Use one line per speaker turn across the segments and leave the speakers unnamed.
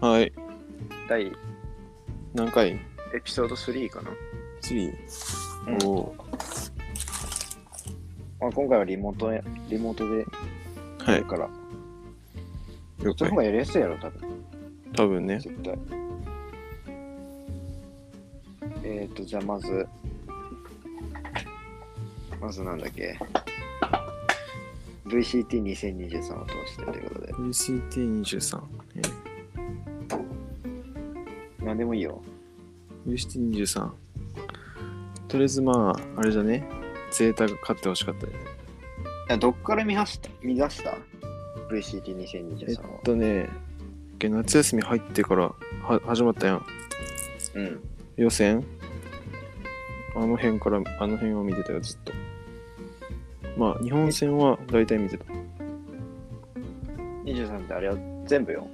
はい。
第
何回
エピソード3かな、
?3?
うん
おー
まあ、今回はリモートへリモートで
は
や
い
る。から、
了
その方
解。
がやりやすいやろ多分
多分ね。
絶対えっ、ー、とじゃあまずまずなんだっけ VCT2023 を通してということで
VCT23。え
何でもいいよ
VCT23。とりあえずまあ、あれじゃね。ゼータが勝ってほしかったね。
いやどっから見出した見出した ?VCT2023
えっ
は、
とね、夏休み入ってからは始まったやん。
うん
予選あの辺から、あの辺を見てたよ、ずっと。まあ、日本戦は大体見てた。
23ってあれは全部よ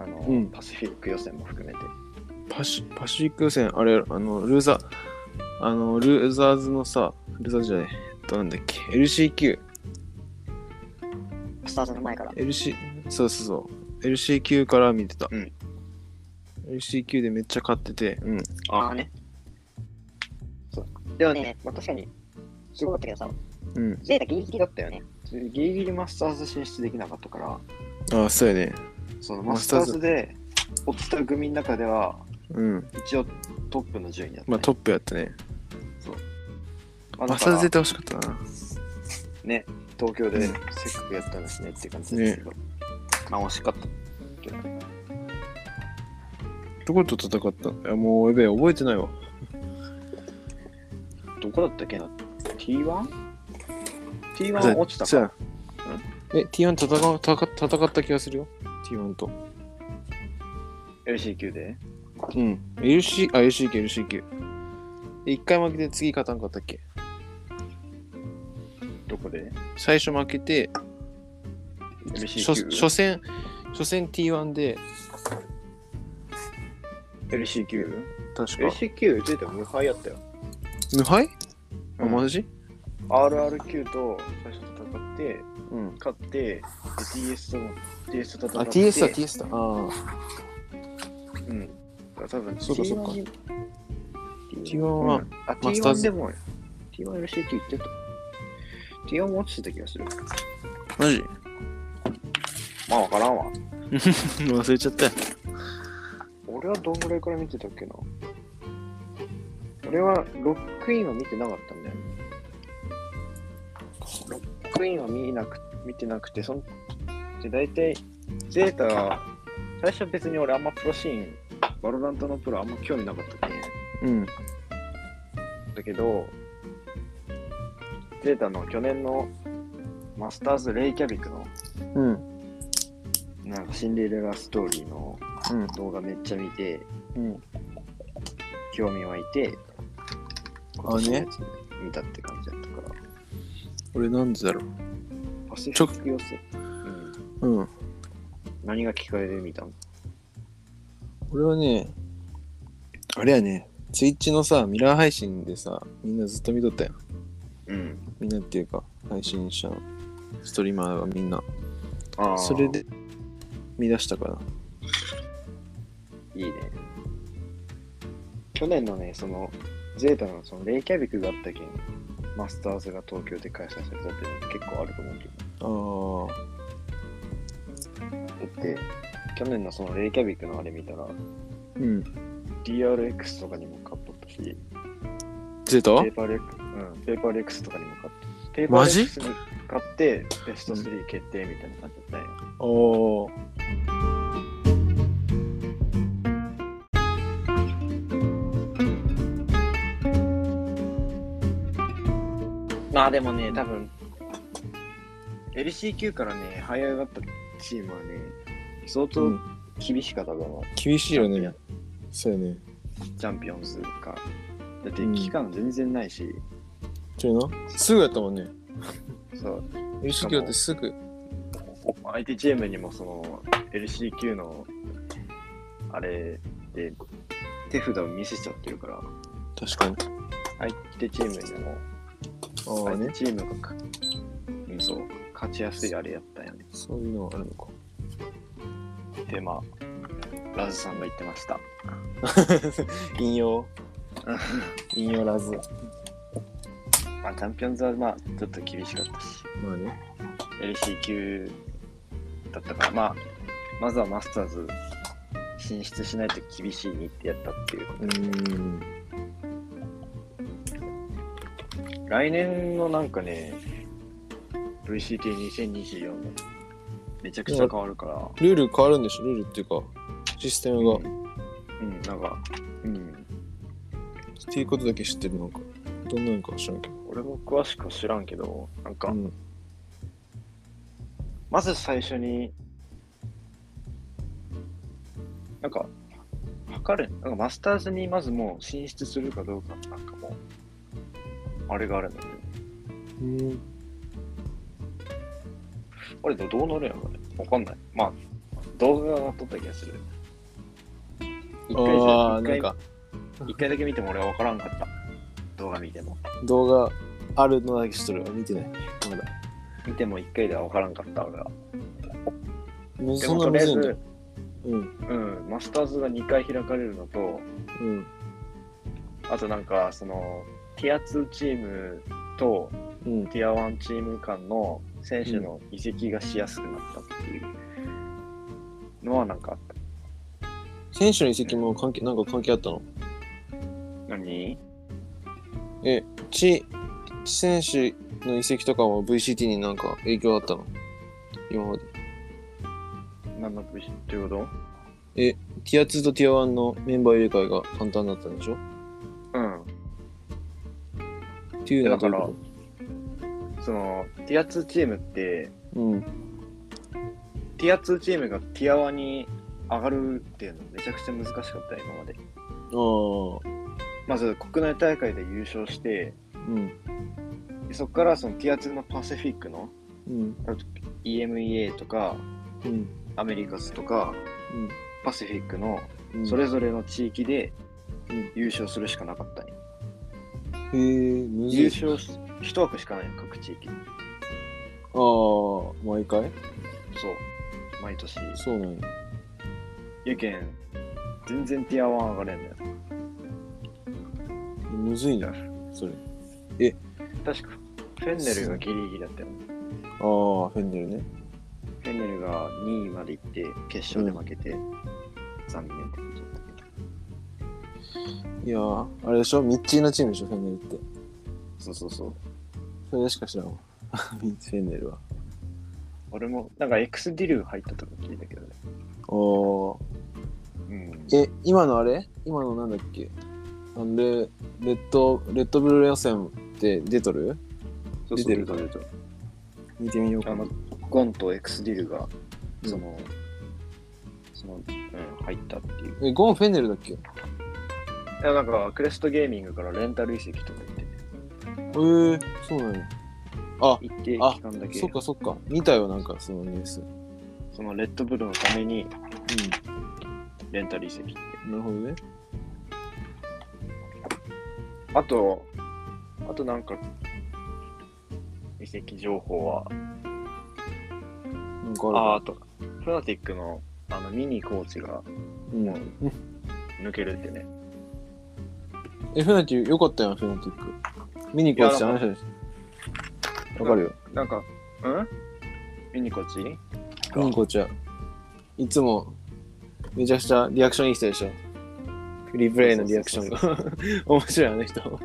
あの、
うん
パシフィック予選も含めて
パシパシフィック予選、あれ、あの、ルーザー、あの、ルーザーズのさ、ルーザーズじゃない、えっと、なんだっけ、LCQ、
スタートの前から
LC、そうそうそう、LCQ から見てた。
うん
LCQ でめっちゃ勝ってて、うん。
ああね。そう。でもね、まあ、確かに、すごかったけどさ、
うん。
ゼータギリギリだったよね。ギリギリマスターズ進出できなかったから、
ああ、そうやね。
その
マ
マ
ス
ス
タ
タ
ー
ー
ズ
ズで落ちた組の中では、
うん。
一応トップの順位だった、ね。
まあ、トップやったね。
まあ
マ
だ
ス
か
タ
ら
ーズ出てほしかったな。
ね、東京でせっかくやったんですねっていう感じですけど、まあ、惜しかったけどね。
どこと戦ったいや、もう、やべえ、覚えてないわ。
どこだったっけな ?T1?T1 落ちた
じ
か
ゃあえ、T1 戦う戦戦った気がするよ。T1 と。
LCQ で。
うん。LC、あ、LCQ、LCQ。で、一回負けて次勝たんかったっけ
どこで
最初負けて、初
?LCQ?
初戦、初戦 T1 で、
LCQ?
確か。
LCQ ついても無敗やったよ。
無敗、
うん
あ、マジ
RRQ と最初戦って、
うん。
勝って、で TS とも TS と戦
あ、
って。
TS だ、TS だ。ああ。
うん。だから多分
そうかそうか
T1 に
T1 は
うんあ、
マスター
T1
ズ
でも、T1LCQ 行ってた。T1 も落ちてた気がする。
マジ
まあわからんわ。
忘れちゃったよ。
俺はどんぐらいから見てたっけな俺はロックインは見てなかったんだよね。ロックインは見なく見てなくて、そんで大体、ゼータが、最初別に俺あんまプロシーン、バロラントのプロあんま興味なかったけ、ね、
うん。
だけど、ゼータの去年のマスターズ・レイキャビクの
うん。うん。
なんかシンデレラストーリーの動画めっちゃ見て、
うん。
興味湧いて、
あね。
見たって感じだったから。
俺なんでだろ
パシ
ち
フ
ょ
ィック寄せ。うん。
う。うん。
何が聞かれで見たの
俺はね、あれやね、ツイッチのさ、ミラー配信でさ、みんなずっと見とったよ。
うん。
みんなっていうか、配信者のストリーマーがみんな。
あー
それ。で見出したかな。
いいね。去年のね、その、ゼータのそのレイキャビクがあったけん、マスターズが東京で開催されたっていうの結構あると思うけ
あー
ど。だって、去年のそのレイキャビクのあれ見たら、
うん。
DRX とかにも勝っとったし、
ゼータ
ペーパーレック、うん、ペーパーレックスとかにも勝った。ペーパー
マ
レ
ジ
ックスに勝って、ベスト3決定みたいな感じだったんよ。
おー。
まあでもね、多分 LCQ からね、這い上がったチームはね、相当
うん
厳しかったと思う、
厳しいよ
チャ
ね
ン。
そうやね。
チャンピオンズか。だって
うん
期間全然ないし、
ちょいな。すぐやったもんね。
そう、
LCQ だってすぐ。
相手チームにもその LCQ のあれで手札を見せちゃってるから、
確かに。
相手チームにも、
ああ
相
ね
手。チームがか、うん、そう、勝ちやすいあれやったよね。
そういうのはあるのか。
で、まあ、ラズさんが言ってました。
引用。引用ラズ。
まあ、チャンピオンズはまあ、ちょっと厳しかったし、
まあね。
LC 級だったから、まあ、まずはマスターズ進出しないと厳しい日程やったっていう。
うーん。
来年のなんかね、VCT2024 もめちゃくちゃ変わるから、
ルール変わるんでしょルールっていうか、システムが。
うん、うんなんか、うん、
っていうことだけ知ってるなんか。どんなのか知らんけど。
俺も詳しくは知らんけど、なんか、
うん。
まず最初に、なんか、測る、なんかマスターズにまずもう進出するかどうか、なんかもう、あれがあるんだけど、
うん
あれどどうなるんやろね。わかんない。まあ、動画が撮った気がする。一回じゃ
ああ、
一
なん
回
か
一回だけ見ても俺は分からんかった。動画見ても。
動画あるのだけ知ってる。見てない。まだ。
見ても一回では分からんかった俺は。
む
で
そん
もとり
なむ
あえ
ずいんだ
ず、
うん。
うん、マスターズが2回開かれるのと、
うん。
あとなんか、その、ティア2チームと
うん。
ティア1チーム間の選手の移籍がしやすくなったっていうのはなんかあった。
選手の移籍も関係、なんか関係あったの
何
え、ち、ち選手の移籍とかは VCT になんか影響あったの今まで。
何の部品っていうこ
ティア2とティア1のメンバー入れ替えが簡単だったんでしょ
とうん。
っていうのはどういうこ
その、ティア2チームって、
とうん。
ティア2チームがティア1に上がるっていうのめちゃくちゃ難しかった、今まで。
あ
まず国内大会で優勝して、
あ。うん。
そこからそのティア2のパシフィックの
うん。
EMEA とか
うん。
アメリカズとか
うん
パシフィックの
うん。
それぞれの地域で
うん
優勝するしかなかったね。
へえ、むず
優
い。
勝し一枠しかないの、各地域。
ああ、毎回
そう。毎年。
そうなんや。
やけん、全然ティア1上がれんのよ。
むずいな、それ。
確か、フェンネルがギリギリだったよね。
ああ、フェンネルね。
フェンネルが2位まで行って、決勝で負けて、残念ってことだったけど。
いやー、あれでしょミッチーなチームでしょフェンネルって。
そうそうそう。
それしか 知らんわ。ミッチーフェンネルは。
俺も、なんか X ディル入ったとか聞いたけどね。
ああ。
うん。
え、今のあれ今のなんだっけあのレレッド、レッドブル予選って出とる
そう
出
そう出
てる
た出た。
見てみよう
あ
かな
の。、ゴンと X ディルが、
うん
その、その、うん、入ったっていう。
え、ゴン・フェンネルだっけえ
いやなんかクレストゲーミングからレンタル移籍とか言って
えー、そうなんや。あ、
一定期間だけ
そっかそっか。見たよ、なんかそのニュース。う
そのレッドブルのために
ん。
レンタル移籍って
なるほどね。
あとあとなんか移籍情報は
なんかある
あああ
か
とフナティックのあのミニコーチが
うん
も。抜けるってね
え、フナティよかったよ、フナティック。見に行こうって話だし。わかるよ。
なんかうんミニコーチ
ミニコちゃん。いつも、めちゃくちゃリアクションいい人でしょ。リプレイのリアクションが。 面白い、あの人。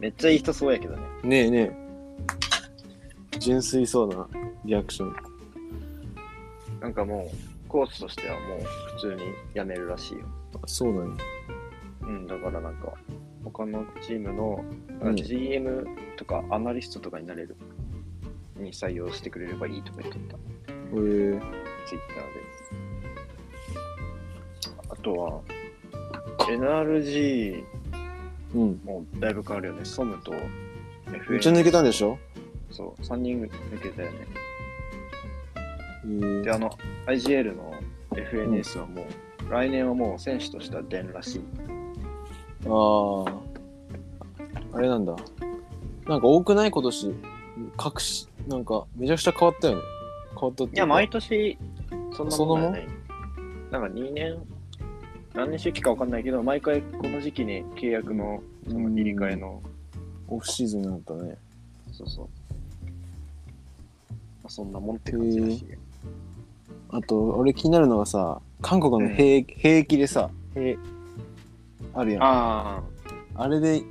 めっちゃいい人そうやけどね
ねえねえ。純粋そうなリアクション。
なんかもうコーチとしてはもう普通に辞めるらしいよ
あそうだね。
うん、だからなんか、他のチームの
うん
GM とかアナリストとかになれる、に採用してくれればいいとか言ってた、
こういう、
ツイッターで。あとは、NRG
うん。
もだいぶ変わるよね。ソムと
めっちゃ
FA、
抜けたんでしょ
そう、3人抜けたよね。
えー
で、あの、IGL の FNS はもう、来年はもう選手としては出んらしい。
ああ。あれなんだ。なんか多くない今年。隠し、なんかめちゃくちゃ変わったよね。変わったっていうか
いや、毎年、そんなもんじゃない。なんか2年、何年周期かわかんないけど、毎回この時期に契約のその切り替えの、
オフシーズンになったね。
そうそう。まあ、そんなもんって感じだし。
あと、俺気になるのがさ、韓国の兵兵役でさ、兵あるやん。あ
あ
れで、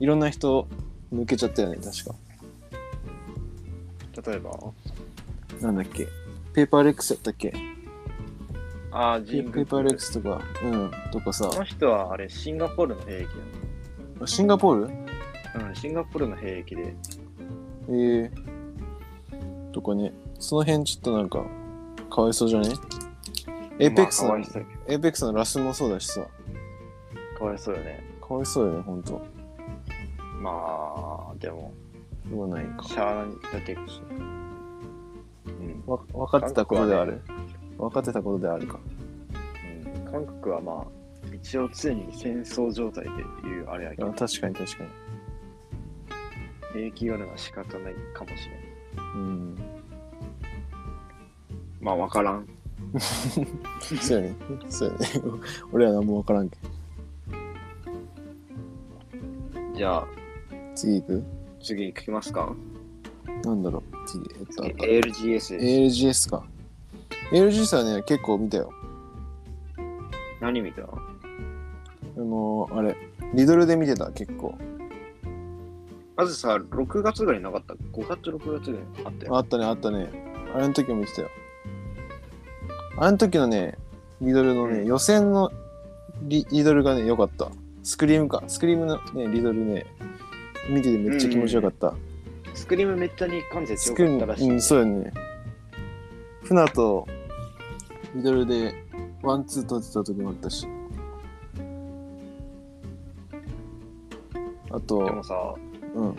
いろんな人抜けちゃったよね、確か。
あ、例えば
なんだっけ。ペーパーレックスやったっけ
ああ、
ペ
ジング
ーパーレックスとか、うん、とかさ
こ、の人はあれ、シンガポールの兵役
シンガポー
だ
ル
ね。うん、シンガポールの兵役で。
ええとかね、その辺ちょっとなんか、かわいそうじゃねエイペックス
まあかわ
の、
いそう
エイペックスのラスもそうだしさ、
かわいそうよね。
かわいそうよね、ほんと。
まあ、でも、
でもないか。
しゃあないだってるし。うん。
わ分かってたことである。分かってたことであるか。
うん韓国はまあ、一応常に戦争状態っていうあれやけ
あ
ど、
確かに確かに。
兵役があるのは仕方ないかもしれない。
うん。
まあ、わからん。
そうやね。 そうやね。俺ら何も分からんけど。
じゃあ、
次行く
次行きますか。
なんだろう次、えっと、あと
ALGS です。
ALGS か。ALGS はね、結構見たよ。
何見た
あのー、あれ、リドルで見てた、結構。
まずさ、6月ぐらいなかった。5月、6月ぐらいあったよ。
あったね、あったね。あれの時も見てたよ。あの時のね、リドルのね、
うん
予選のリリドルがね、良かった。スクリームか。スクリームのね、リドルね、見ててめっちゃ気持ちよかった。
スクリームめっちゃに感性
ス
強
ク
か
リ
ったらしい、
ーム、うん、そうよね。船とリドルでワンツー取ってた時もあったし。あ
で
と
も、さ、
うん。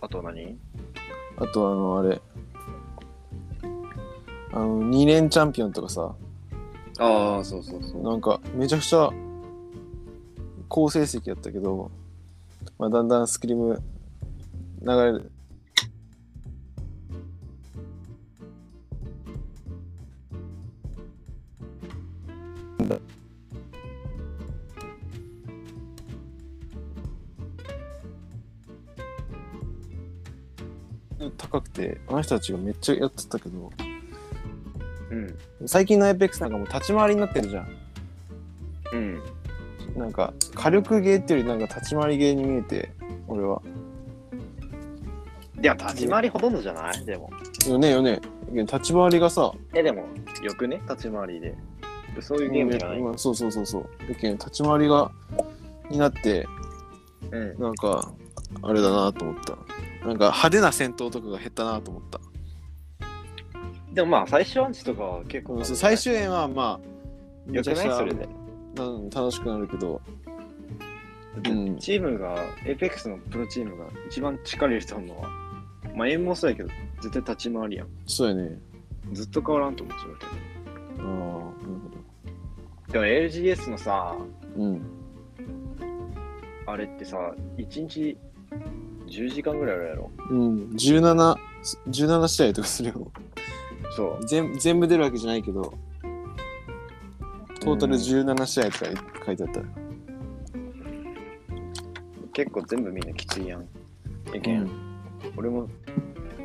あと何
あとあの、あれ。あの、2連チャンピオンとかさ。
ああ、そうそうそう。
なんかめちゃくちゃ好成績やったけど、まあ、だんだんスクリーム流れる。高くてあの人たちがめっちゃやってたけど
うん。
最近のエイペックスなんかもう立ち回りになってるじゃん
うん。
なんか火力ゲーっていうよりなんか立ち回りゲーに見えて俺は。
いや、立ち回りほとんどじゃないでも。
よねよね立ち回りがさ
え、でも、よくね、立ち回りで。そういうゲームじゃない
うんそうそうそうそうだけど立ち回りがになって
うん。
なんかあれだなと思ったなんか派手な戦闘とかが減ったなと思った
でもまあ、最終アンチとかは結
う
構。
んそう最終編はまあ
よくないそれで。
うん楽しくなるけどうん
チームが、エイペックスのプロチームが一番力入れてるのは、まあ、縁もそうやけど、絶対立ち回りやん。
そうやね
ずっと変わらんと思う、それって。
ああなるほ
でも LGS のさ、
どうん
あれってさ、1日10時間ぐらいあるやろ。
うん17 17試合とかするよ
そう。
全全部出るわけじゃないけどトータル17試合とか書いてあった
結構全部みんなきついやん。意
う
見、
ん
俺も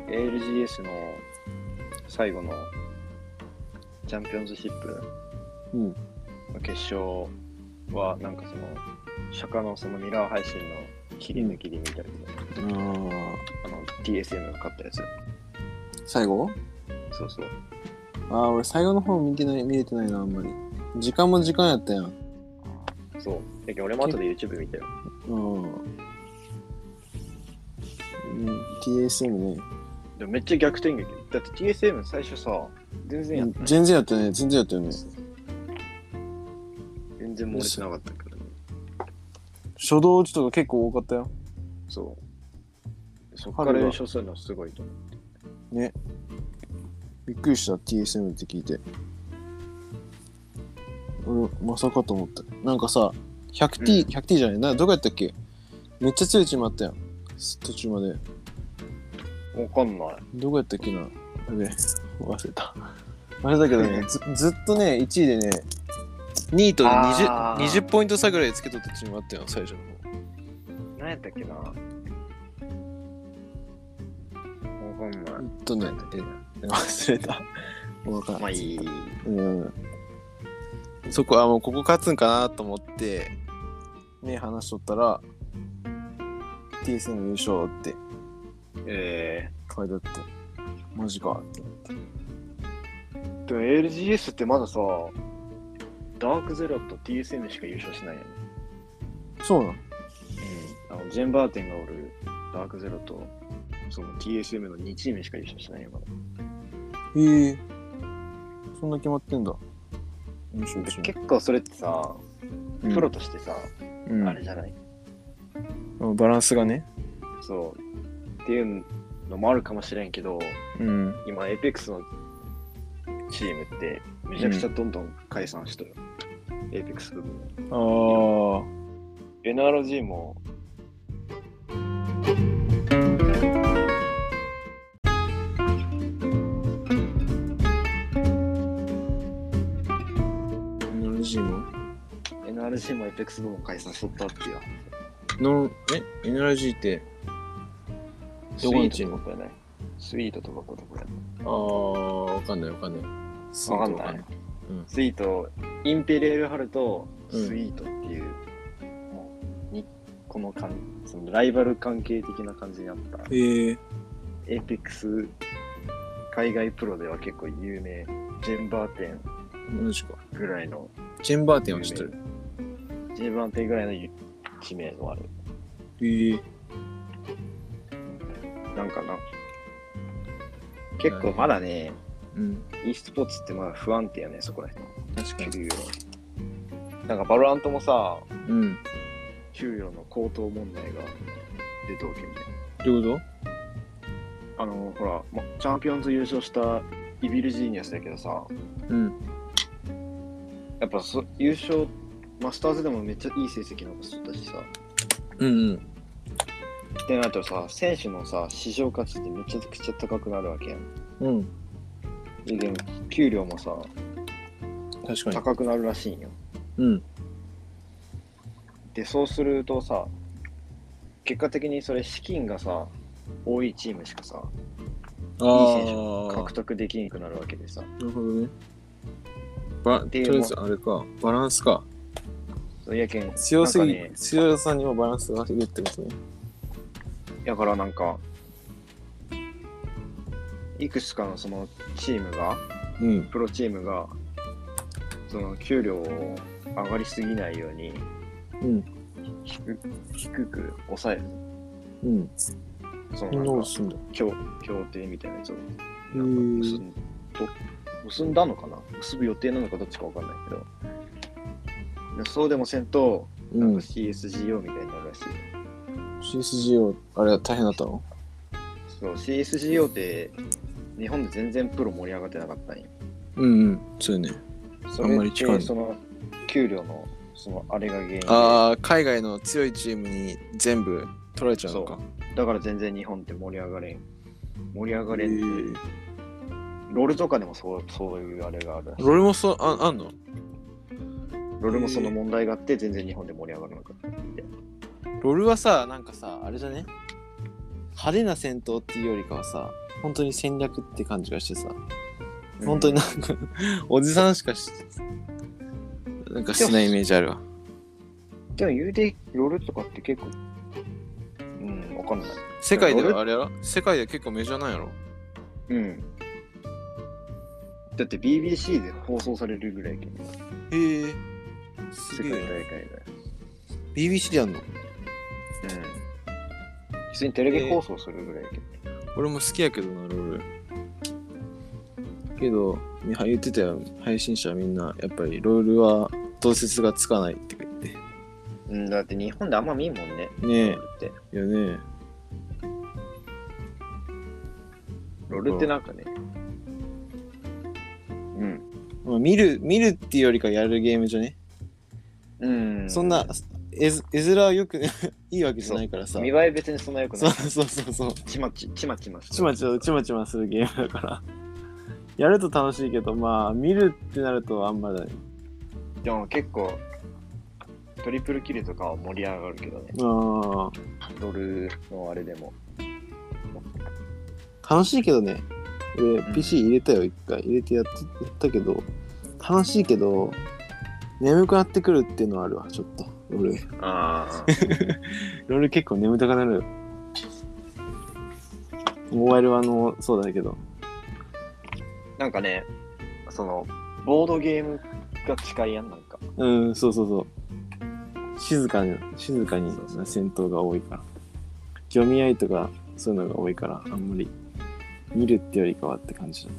ALGS の最後のチャンピオンズシップ
うん
の決勝は、なんかその、釈迦のそのミラー配信の切り抜きで見たりとか、
あー
あの TSM が勝ったやつ。
最後
そうそう。
ああ俺最後の方見てない見れてないなあんまり時間も時間やったやん
そう。だけど俺も後で YouTube 見たよ。
うん、うん、TSM ね
でもめっちゃ逆転劇。だって TSM 最初さ、全然やった、
全然やったね全然やったよね
全然漏れてなかったからね。
初動打ちとか結構多かったよ
そう。そっから優勝するのすごいと思う。
びっくりした TSM って聞いて俺まさかと思ったなんかさ 100T100T、
うん
100T じゃないなどこやったっけめっちゃ強いチームあったやん途中まで
わかんない。
どこやったっけなやべ忘れた。あれだけどね、ずずっとね、1位でね、2位とね
あ
20,
ー
20ポイント差ぐらいつけとったチームあったよ、最初の方。
何やったっけなわかんない。
えっとね、え忘れた。もう分からん
まあいい。
うん。そこはもうここ勝つんかなと思って、ね、話しとったら、TSM 優勝って
え
書いてあって、マジかって。
ー、でも LGS ってまださ、ダークゼロと TSM しか優勝しないよね。
そうなの
うん。あの、ジェンバーテンがおるダークゼロと、その TSM の2チームしか優勝しないよ、まだ。
へえ。そんな決まってんだ。面白いし。
結構それってさ、プロとしてさ、
うん
あれじゃない
うんバランスがね。
そう。っていうのもあるかもしれんけど、
うん。
今、エペックスのチームって、めちゃくちゃどんどん解散しとる。エペックス部分。
ああ。
NRG も。
NRG も
NRG もエペックス部分解散しとったっていう。
のえ ?NRG って、どこのチーム
スイートとかやないスイートとかことかやない
ああ、わかんないわかんない。
わかんない。
うん
スイート、インペリアルハルとスイートっていう、もうにこのかんそのライバル関係的な感じにあった。
へえ。
エペックス海外プロでは結構有名、ジェンバーテン
マジか。
ぐらいの、
チェンバーテンは知ってる。
ジェンバーテンぐらいのゆ知名度ある。
へえ。
なんかな。結構まだね、
うん。
e スポーツってまだ不安定やね、そこら辺。
確かに。
給料。なんかバロアントもさ、
うん。
給料の高騰問題が出ておけみたい
どういうこ
な。あの、ほら、まチャンピオンズ優勝したイビルジーニアスだけどさ、
とうん。
やっぱそ優勝、マスターズでもめっちゃいい成績残しとったしさ、
うんうん。
ってなるとさ、選手のさ、市場価値ってめちゃくちゃ高くなるわけやん。
うん。
で、でも給料もさ、
確かに。
高くなるらしいんよ。
うん。
で、そうするとさ、結果的にそれ資金がさ、多いチームしかさ、
あ
いい選
あ。
獲得できなくなるわけでさ。
なるほどね。ば、と
てい
り
う
あえずあれか、バランスか。
そうやけん、
強すぎ、
なんかね
強さにもバランスがいるってことね。
だからなんか、いくつかのそのチームが、
うん。
プロチームが、その給料を上がりすぎないように、
うん。
低低く抑える。
うん。
その
そ
な
んな
ん
こと
か
すんだ。
協協定みたいなやつを
へ
なんか結
ー
んど結んだのかな結ぶ予定なのかどっちかわかんないけど。でそうでもせんと、
う
なん
ん
か。CSGO みたいになるらしい。
CSGO、あれは大変だったの
そう、CSGO って日本で全然プロ盛り上がってなかったんよ。
うんうん。そうよね。
そ
あんま
れ
り
っ
聞かん
てその給料のそのあれが原因で
ああ、海外の強いチームに全部取られちゃうのか。
だから全然日本って盛り上がれん盛り上が
へ
れんっ
ー
てロールとかでもそうそういうあれがある
ロールもそう、ああんの
ロールもその問題があって全然日本で盛り上がらなかったみたいな
ロールはさ、なんかさ、あれじゃね派手な戦闘っていうよりかはさ、本当に戦略って感じがしてさ、本当に
な
なんか、 おじさんしかし、なんかしないイメージあるわ。
でも言うてロールとかって結構うんわかんない
世界で
ロール
はあれやろ世界では結構メジャーなんやろ
うんだって BBC で放送されるぐらいやけど
へえ。
世
す
界
げ
大
え。
会が
BBC でやんの
うん普通にテレビ放送するぐらいやけど、
俺も好きやけどな、ロール。けど、みは言ってたよ、配信者みんな、やっぱりロールは同説がつかないって言って。
うんだって日本であんま見んもんね
ね
ロールって
え、よね
ロールってなんかねうん
まあ、見る、見るっていうよりかやるゲームじゃね、
うん
そんな、絵ず絵面はよく、ね、 いいわけじゃないからさ。
見栄え別にそんな良く
そ
な
う
い
そうそうそう。
ちまちちまちます
ちまちま、ちまちまするゲームだから。やると楽しいけど、まあ、見るってなるとあんまだね。
でも結構、トリプルキルとかは盛り上がるけどね。
うん。
ドルのあれでも。
楽しいけどね。俺
うん、
PC 入れたよ、一回。入れてやっやったけど、楽しいけど、眠くなってくるっていうのはあるわ、ちょっと。俺、
あ
俺結構眠たくなる。モバイルはあの、そうだけど。
なんかね、その、ボードゲームが近いやん、なんか。
うん、そうそうそう。静かに、静かに戦闘が多いから。読み合いとか、そういうのが多いから、あんまり、見るってよりかはって感じだ。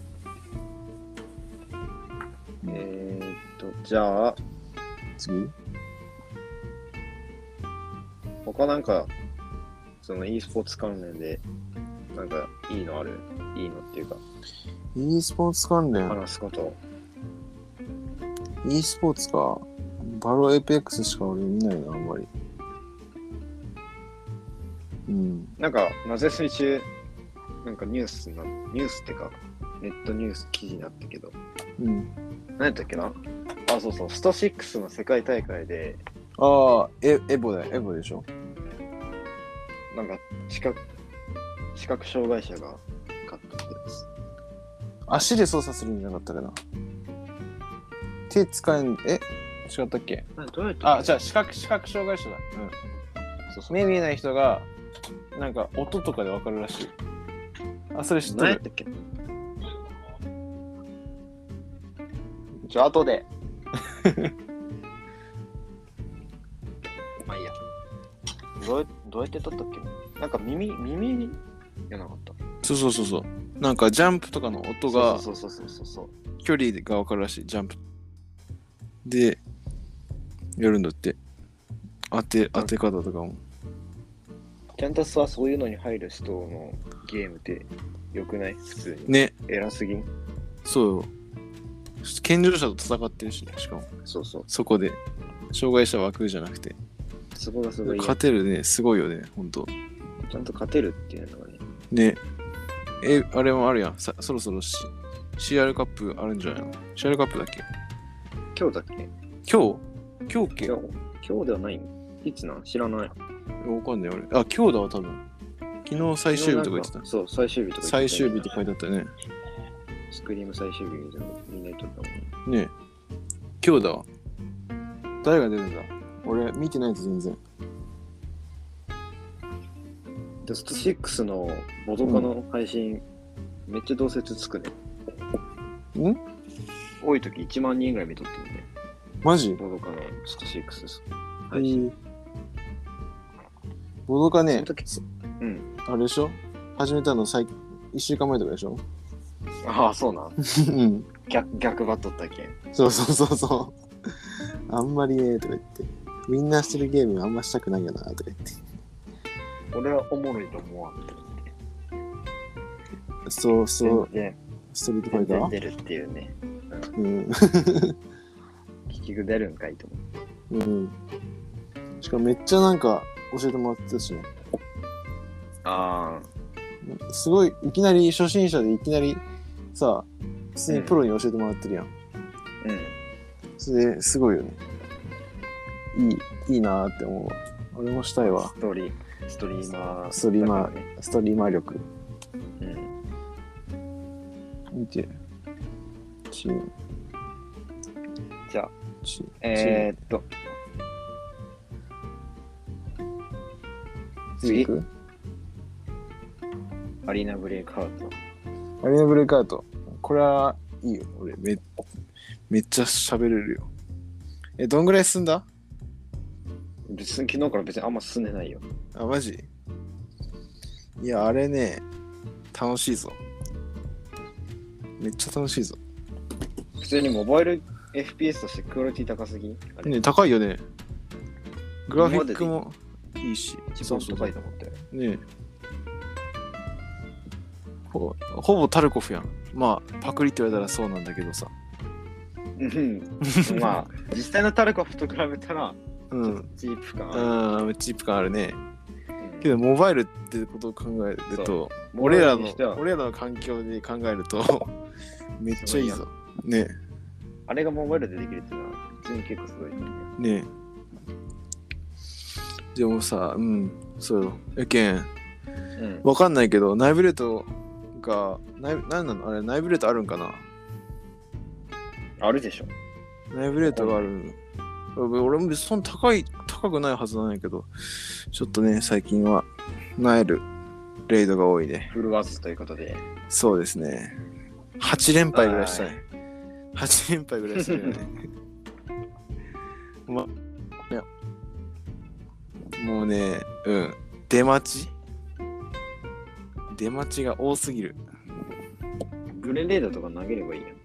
えー、っと、じゃあ、
次
他なんか、その e スポーツ関連で、なんか、いいのあるいいのっていうか、
e スポーツ関連。
話すこと。
e スポーツか。バロエイペックスしか俺見ないな、あんまり。うん。
なんか、なぜ水中、なんかニュースな、ニュースってか、ネットニュース記事になったけど、
うん。
何やったっけなあ、そうそう、スト6の世界大会で、
ああ、エエボだよ、エボでしょ。
なんか、視覚、視覚障害者が勝ったってやつ。
足で操作するんじゃなかったかな。手使えん、え違ったっけ
などうやって
あ、じゃあ視覚、視覚障害者だ。うん。
そうそう
目見えない人がなんか音とかでわかるらしいあそれ知って
何やっ
る
たっけじゃあ、後で。 まあいいや。どうどうやって撮ったっけなんか耳、耳にやなかった。
そうそうそうそうなんかジャンプとかの音が
そうそうそうそうそう。
距離がわかるらしいジャンプでやるんだって当て当て方とかも
キャンタスはそういうのに入る人のゲームってよくない普通に。
ね
偉すぎん
そうよ健常者と戦ってるしねしかも
そうそう。
そこで障害者枠じゃなくて
そこがすごいいい。
勝てるねすごいよねほんと
ちゃんと勝てるっていうのがね。
ねえあれもあるやんさそろそろし CR カップあるんじゃないの CR カップだっけ
今日だっけ
今日今日け
今日今日ではないいつなん知らない。
わかんない俺。あ、今日だわ、多分。昨日最終日とか言ってた。
そう、最終日とか言ってた。
最終日って書いてあったよね。
スクリーム最終日みたいなの見ないとったもんね。
ねえ。今日だわ。誰が出るんだ俺、見てないと全然。
で、スト6のボドカの配信、めっちゃ同説つくね。
ん
多い時1万人ぐらい見とってるね。
マジ
ボドカのスト6
は
配信。
い。ボドカ
そ
ね
の、時つうん。
あれでしょ始めたの最、1週間前とかでしょ
ああ、そうなん。
うん。
逆、逆バットったけん。
そうそうそうそう。あんまりね、とか言って。みんなしてるゲームあんましたくないよな、とか言って。
俺はおもろいと思わん。
そうそう、
全
ストリートファ
然、全然出
イター
るっていうね。
うん。
結局出るんかいと思う。
うん。しかもめっちゃなんか教えてもらってたしね。
あ
すごい、いきなり初心者でいきなりさ、普通にプロに教えてもらってるやん。
あ、うん。
それですごいよね。いい、いいなーって思うわ。俺もしたいわ。
ストーリー、ストリーマー。
ストリーマー
だからね
ストリーマー力。
うん。
見て。チーム。
じゃあ、
チーム。
えー、っと、
チーム
次
行く
アリーナブレイクアウト。
アリーナブレイクアウト。これはいいよ。俺、め、めっちゃ喋れるよ。え、どんぐらい進んだ
別に昨日から別にあんま進んでないよ。
あ、マジいや、あれね、楽しいぞ。めっちゃ楽しいぞ。
普通にモバイル FPS としてクオリティ高すぎんあれ、
ね、高いよね。グラフィックもいいし、
一
そ
番
うそう
高
そう
いと思って。
ねほほぼタルコフやん。まあ、パクリって言われたらそうなんだけどさ。
うん。まあ、実際のタルコフと比べたら、
う
ちょっと
ん。
チープ感ある。
うん、チップ感あるね。
うん
けどモバイルってことを考えると俺らの俺らの環境で考えるとめっちゃいいぞね
あれがモバイルでできるっていうのは、普通に結構すごいと思うよ。
ねでもさうんそうよやけん
うん。
わかんないけど内部レートが内なんなのあれ内部レートあるんかな
あるでしょ。
内部レートがある俺も別にそんな高い高くないはずなんやけどちょっとね最近はナイルレイドが多いね
フルワーズということで。
そうですね。8連敗ぐらいしたい。8連敗ぐらいしたいよね。ま、いや。もうね、うん。出待ち出待ちが多すぎる。
グレネードとか投げればいいやん。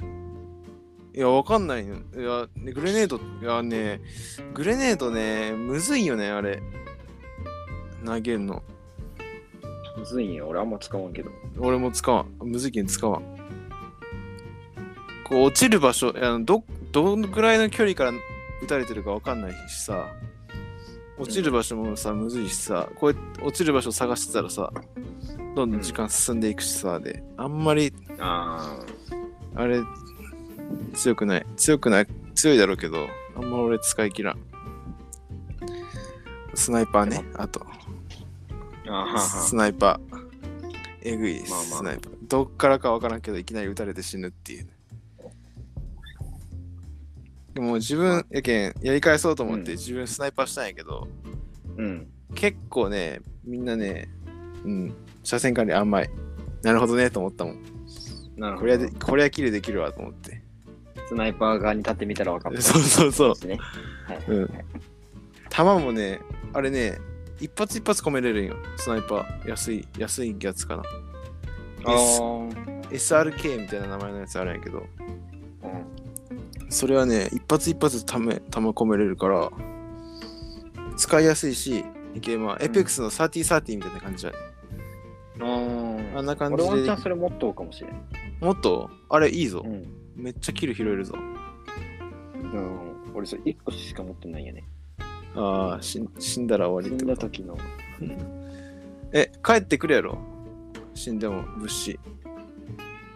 いや、わかんないよ。いや、ねグレネード、いやね、グレネードね、むずいよね、あれ。投げるの。
むずいんよ。俺あんま使わんけど。
俺も使わん。無事に使わん。こう落ちる場所、あのど、どのぐらいの距離から打たれてるかわかんないしさ、落ちる場所もさ、むずいしさ、こうやって落ちる場所探してたらさ、どんどん時間進んでいくしさ、で、あんまり、
あ
あれ、強くない。強くない。強いだろうけど、あんま俺使い切らん。スナイパーね、あと。
あ。ああはんはん
スナイパー。えぐいです、
まあまあ
スナイパー。どっからかわからんけど、いきなり撃たれて死ぬっていう。でも自分、やけん、やり返そうと思っ
う
て、自分スナイパーしたんやけど、
うん。
結構ね、みんなね、うん、車線管理甘い。なるほどね、と思ったもん。
なるほ
これは
ど
で、。これはキルできるわ、と思って。
スナイパー側に立ってみたらわかる。
そうそうそう。
う。ね。はい。
うん。弾もね、あれね、一発一発込めれるんよ、スナイパー。安い、安いやつかな。
あー
SRK みたいな名前のやつあるんやけど、
うん。
それはね一発一発ため溜め込めれるから使いやすいしいけまあエペックスの3030みたいな感じだね、
あ
あんな
あ。
感
俺
じ
ワンチ
で
ャンそれ持っとうかもしれん。
もっとあれいいぞ、
うん。
めっちゃキル拾えるぞ
うん、俺それ1個しか持ってないよね。
ああ死死んだら終
死
わりっ
ん
て
だ
こと
時の。
え帰ってくるやろ死んでも物資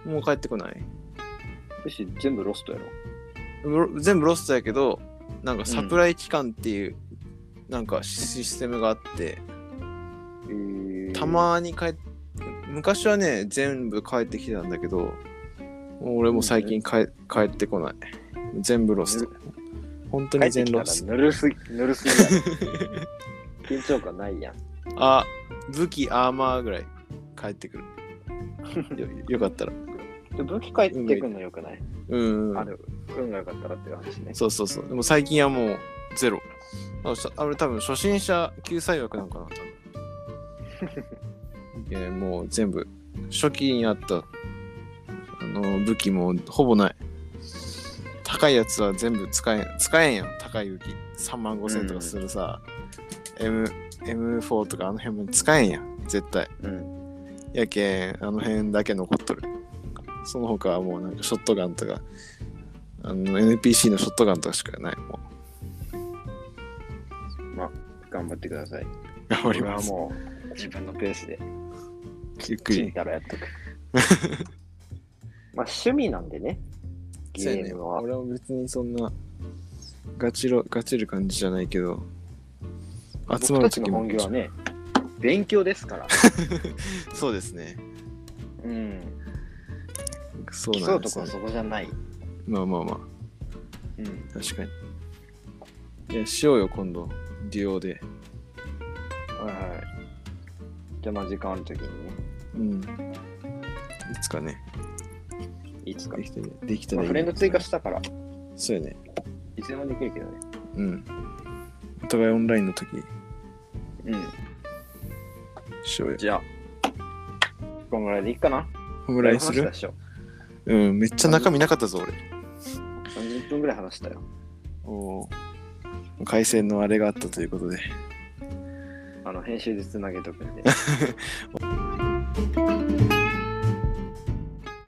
もう帰ってこない
よし、全部ロストやろ。
ブ全部ロストやけどなんかサプライ期間っていう、なんかシステムがあって
えー
たまに帰っ昔はね全部帰ってきてたんだけどもう俺も最近帰帰ってこない全部ロスト本当
帰
に
って
全
きた
ロ
ら
スト
ぬるすぎ、ぬるすぎ やん緊張感ないやん。
あ武器アーマーぐらい帰ってくるよよかったら
で武器返ってくんのよくない、
うん
ある運が良かったらっていう話ね。
そうそうそうでも最近はもうゼロあしあれ多分初心者救済枠なんかな多分いやもう全部初期にあったあの武器もほぼない高いやつは全部使えん使えんやん高い武器3万5千とかするさ、M M4 とかあの辺も使えんやん絶対
うん。
やけんあの辺だけ残っとるその他はもうなんかショットガンとかあの NPC のショットガンとかしかないも
頑張ってください。
う頑張り
俺は
ます
もう自分のペースで、
ゆっく
チン
り
たらやっ とく。まあ趣味なんでね、ゲ
そうやね
ームは。
俺は別にそんなガチロガチる感じじゃないけど集ま
僕
る
たち
時
の
も
本業はね、勉強ですから。
そうですね
うん。
そう
競
なん
う
で
と
す
こは
ね
そこじゃない。
まあまあま
うん。
あ確かにいやしようよ今度デュオで
はいはい。じゃあまあ時間あるときにね、
うんいつかね
いつか
で。きたらできた
まあ、
らいい
フレンド追加したから、
そうやね
いつでもできるけどね。
うん。お互いオンラインの時
うん。
しようよ。
じゃあ、こんぐらいでいいかな
オム
ぐ
ライするうん、めっちゃ中身なかったぞ、俺。
?30 分ぐらい話したよ。
おお。回線のあれがあったということで。
あの、編集でつなげとくんで。